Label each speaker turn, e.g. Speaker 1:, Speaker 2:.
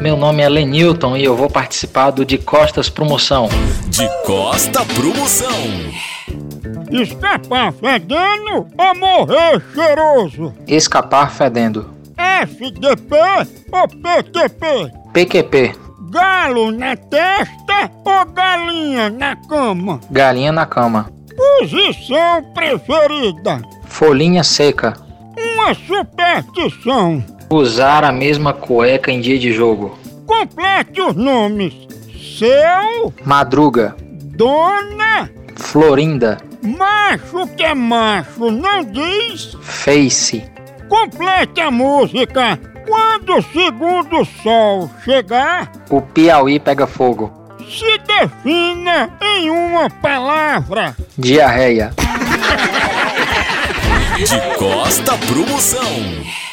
Speaker 1: Meu nome é Lenilton e eu vou participar do De Costas Promoção.
Speaker 2: De Costa Promoção.
Speaker 3: Escapar fedendo ou morrer cheiroso?
Speaker 1: Escapar fedendo.
Speaker 3: FDP ou PTP?
Speaker 1: PQP.
Speaker 3: Galo na testa ou galinha na cama?
Speaker 1: Galinha na cama.
Speaker 3: Posição preferida?
Speaker 1: Folhinha seca.
Speaker 3: Uma superstição.
Speaker 1: Usar a mesma cueca em dia de jogo.
Speaker 3: Complete os nomes. Seu,
Speaker 1: Madruga.
Speaker 3: dona,
Speaker 1: Florinda.
Speaker 3: macho que é macho, não diz.
Speaker 1: Face.
Speaker 3: Complete a música. Quando o segundo sol chegar,
Speaker 1: O Piauí pega fogo.
Speaker 3: se defina em uma palavra.
Speaker 1: Diarreia.
Speaker 2: De Costa Promoção.